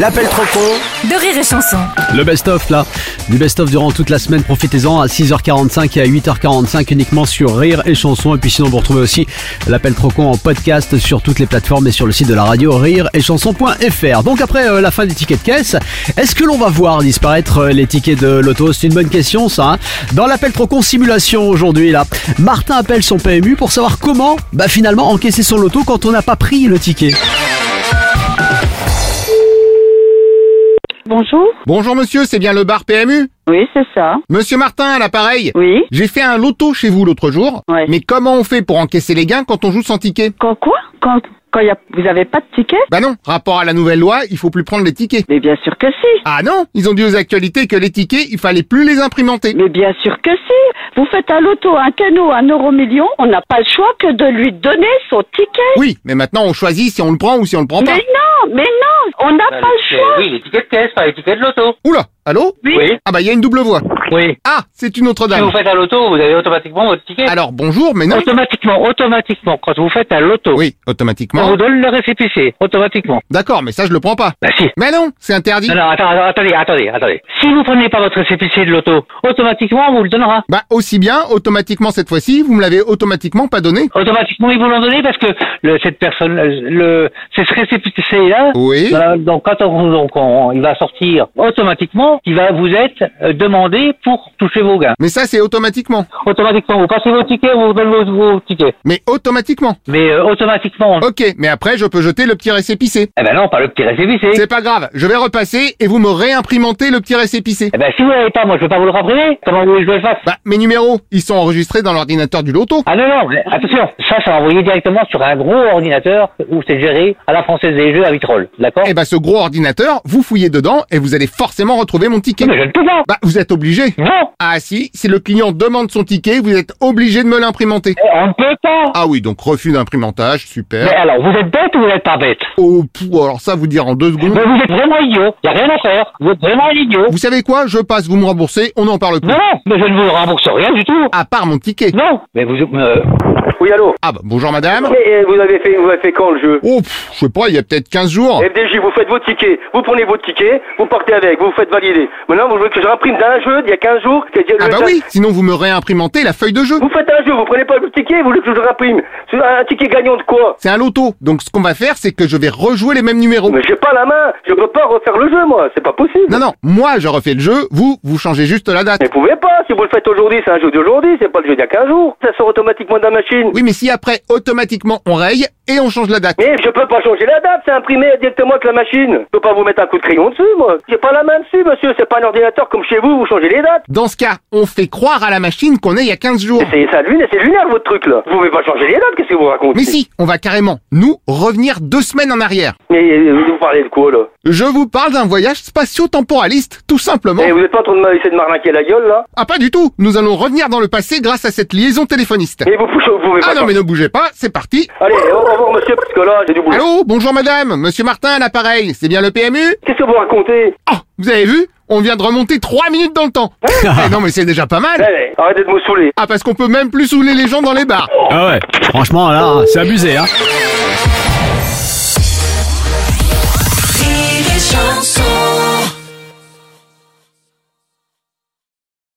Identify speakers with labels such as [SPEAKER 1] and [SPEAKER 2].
[SPEAKER 1] L'appel trop con
[SPEAKER 2] de rire et chanson.
[SPEAKER 3] Le best-of là, du best-of durant toute la semaine, profitez-en à 6h45 et à 8h45 uniquement sur Rire et Chanson. Et puis sinon vous retrouvez aussi l'appel trop con en podcast sur toutes les plateformes et sur le site de la radio rire et chanson.fr. Donc après euh, la fin des tickets de caisse, est-ce que l'on va voir disparaître euh, les tickets de l'auto C'est une bonne question ça. hein. Dans l'appel trop con simulation aujourd'hui là, Martin appelle son PMU pour savoir comment bah, finalement encaisser son loto quand on n'a pas pris le ticket.
[SPEAKER 4] Bonjour.
[SPEAKER 5] Bonjour monsieur, c'est bien le bar PMU
[SPEAKER 4] Oui, c'est ça.
[SPEAKER 5] Monsieur Martin à l'appareil
[SPEAKER 4] Oui.
[SPEAKER 5] J'ai fait un loto chez vous l'autre jour,
[SPEAKER 4] Ouais.
[SPEAKER 5] mais comment on fait pour encaisser les gains quand on joue sans ticket
[SPEAKER 4] Quand quoi Quand quand y a, vous avez pas de ticket
[SPEAKER 5] Bah non, rapport à la nouvelle loi, il faut plus prendre les tickets.
[SPEAKER 4] Mais bien sûr que si.
[SPEAKER 5] Ah non, ils ont dit aux actualités que les tickets, il fallait plus les imprimanter.
[SPEAKER 4] Mais bien sûr que si. Vous faites un loto, un canot, un euro million, on n'a pas le choix que de lui donner son ticket.
[SPEAKER 5] Oui, mais maintenant on choisit si on le prend ou si on le prend
[SPEAKER 4] Mais
[SPEAKER 5] pas.
[SPEAKER 4] non, mais non, on n'a pas
[SPEAKER 6] Bah, les
[SPEAKER 4] le
[SPEAKER 6] tickets-
[SPEAKER 4] choix.
[SPEAKER 6] Oui, les tickets de caisse, pas les tickets de loto.
[SPEAKER 5] Oula, allô
[SPEAKER 6] Oui,
[SPEAKER 5] Ah bah il y a une double voix.
[SPEAKER 6] oui.
[SPEAKER 5] Ah, c'est une autre
[SPEAKER 6] Si vous
[SPEAKER 5] dame.
[SPEAKER 6] faites un loto, vous avez automatiquement votre ticket.
[SPEAKER 5] Alors bonjour, mais Ah, non.
[SPEAKER 6] Automatiquement, automatiquement, quand vous faites un loto,
[SPEAKER 5] Oui,
[SPEAKER 6] on
[SPEAKER 5] automatiquement.
[SPEAKER 6] vous donne le récépissé, automatiquement.
[SPEAKER 5] D'accord, mais ça je le prends pas.
[SPEAKER 6] Bah si.
[SPEAKER 5] Mais non, c'est interdit.
[SPEAKER 6] Non, non, attends, attends, attendez, attendez, attendez. Si vous prenez pas votre récépissé de loto, automatiquement, on vous le donnera.
[SPEAKER 5] Bah aussi bien, automatiquement cette fois-ci, vous me l'avez automatiquement pas donné.
[SPEAKER 6] Automatiquement, ils vous l'ont donné parce que le, cette personne, le, c'est ce récépissé-là.
[SPEAKER 5] Oui.
[SPEAKER 6] voilà, donc, quand on, donc on- il va sortir automatiquement, il va vous être euh, demandé pour toucher vos gains.
[SPEAKER 5] Mais ça c'est automatiquement.
[SPEAKER 6] Automatiquement, vous passez vos tickets, on vous donne vos, vos tickets.
[SPEAKER 5] Mais automatiquement.
[SPEAKER 6] Mais euh, automatiquement, on...
[SPEAKER 5] Ok, mais après je peux jeter le petit récépissé.
[SPEAKER 6] eh ben non, pas le petit récépissé.
[SPEAKER 5] C'est pas grave, je vais repasser et vous me réimprimentez le petit récépissé.
[SPEAKER 6] Eh ben si vous l'avez pas, moi je vais pas vous le rappeler. Comment vous voulez que je le fasse
[SPEAKER 5] Bah, mes numéros, ils sont enregistrés dans l'ordinateur du loto.
[SPEAKER 6] Ah non, non, mais attention, ça, ça va envoyer directement sur un gros ordinateur où c'est géré à la française des jeux à Vitrolles, d'accord
[SPEAKER 5] Et bah, ce gros ordinateur, vous fouillez dedans et vous allez forcément retrouver mon ticket.
[SPEAKER 6] Mais je ne peux pas
[SPEAKER 5] Bah, vous êtes obligé.
[SPEAKER 6] Non
[SPEAKER 5] Ah si, si le client demande son ticket, vous êtes obligé de me l'imprimenter.
[SPEAKER 6] Eh, On ne peut pas
[SPEAKER 5] Ah oui, donc refus d'imprimantage,
[SPEAKER 6] Mais
[SPEAKER 5] super.
[SPEAKER 6] alors, vous êtes bête ou vous n'êtes pas bête
[SPEAKER 5] Oh, pou, alors ça vous dire en deux secondes.
[SPEAKER 6] Mais vous êtes vraiment idiot, y a rien à faire, vous êtes vraiment un idiot.
[SPEAKER 5] Vous savez quoi Je passe, vous me remboursez, on n'en parle plus.
[SPEAKER 6] Non, non, mais je ne vous rembourse rien du tout.
[SPEAKER 5] À part mon ticket.
[SPEAKER 6] Non Mais vous... euh,
[SPEAKER 7] Oui, allô
[SPEAKER 5] Ah bah, bonjour madame.
[SPEAKER 7] Mais euh, vous avez fait vous avez fait quand le jeu
[SPEAKER 5] Oh, pff, je sais pas, il y a peut-être 15 jours.
[SPEAKER 7] FDJ, vous faites vos tickets, vous prenez vos tickets, vous partez avec, vous vous faites valider. Maintenant, vous voulez que je réimprime d'un jeu d'il y a 15 jours que j'ai-
[SPEAKER 5] Ah
[SPEAKER 7] ben, le-
[SPEAKER 5] bah oui, sinon vous me réimprimentez la feuille de jeu.
[SPEAKER 7] Vous faites un jeu, vous prenez pas le ticket, vous voulez que je le réimprime C'est un un ticket gagnant de quoi
[SPEAKER 5] C'est un loto. Donc ce qu'on va faire, c'est que je vais rejouer les mêmes numéros.
[SPEAKER 7] Mais j'ai pas la main, je peux pas refaire le jeu, moi, c'est pas possible.
[SPEAKER 5] Non, non, moi je refais le jeu, vous, vous changez juste la date.
[SPEAKER 7] Mais vous pouvez pas, si vous le faites aujourd'hui, c'est un jeu d'aujourd'hui, c'est pas le jeu d'il y a 15 jours. Ça sort automatiquement de la machine.
[SPEAKER 5] Oui, mais si après, automatiquement, on raye et on change la date.
[SPEAKER 7] Mais je peux pas changer la date, c'est imprimé directement avec la machine. Je peux pas vous mettre un coup de crayon dessus, moi. J'ai pas la main dessus, monsieur, c'est pas un ordinateur comme chez vous, vous changez les dates.
[SPEAKER 5] Dans ce cas, on fait croire à la machine qu'on est il y a 15 jours.
[SPEAKER 7] Mais C'est ça lunaire, c'est lunaire votre truc là. Vous pouvez pas changer les dates, qu'est-ce que vous racontez
[SPEAKER 5] Mais si, on va carrément, nous, revenir deux semaines en arrière.
[SPEAKER 7] Mais euh, vous parlez de quoi là
[SPEAKER 5] Je vous parle d'un voyage spatio-temporaliste, tout simplement.
[SPEAKER 7] Eh, Vous êtes pas en train de m'essayer de m'arnaquer la gueule là
[SPEAKER 5] Ah pas du tout, nous allons revenir dans le passé grâce à cette liaison téléphoniste.
[SPEAKER 7] Et vous vous pouvez pas.
[SPEAKER 5] Ah non mais ne bougez pas, c'est parti.
[SPEAKER 7] Allez, au revoir monsieur, parce que là j'ai du boulot.
[SPEAKER 5] Allô, bonjour madame, monsieur Martin à l'appareil, c'est bien le PMU
[SPEAKER 7] Qu'est-ce que vous racontez
[SPEAKER 5] Oh, vous avez vu On vient de remonter trois minutes dans le temps. Eh non, mais c'est déjà pas
[SPEAKER 7] Eh,
[SPEAKER 5] mal.
[SPEAKER 7] eh, Arrêtez de me saouler.
[SPEAKER 5] Ah, parce qu'on peut même plus saouler les gens dans les bars.
[SPEAKER 3] Ah ouais, franchement là, hein, c'est abusé hein.
[SPEAKER 2] Rire et chanson.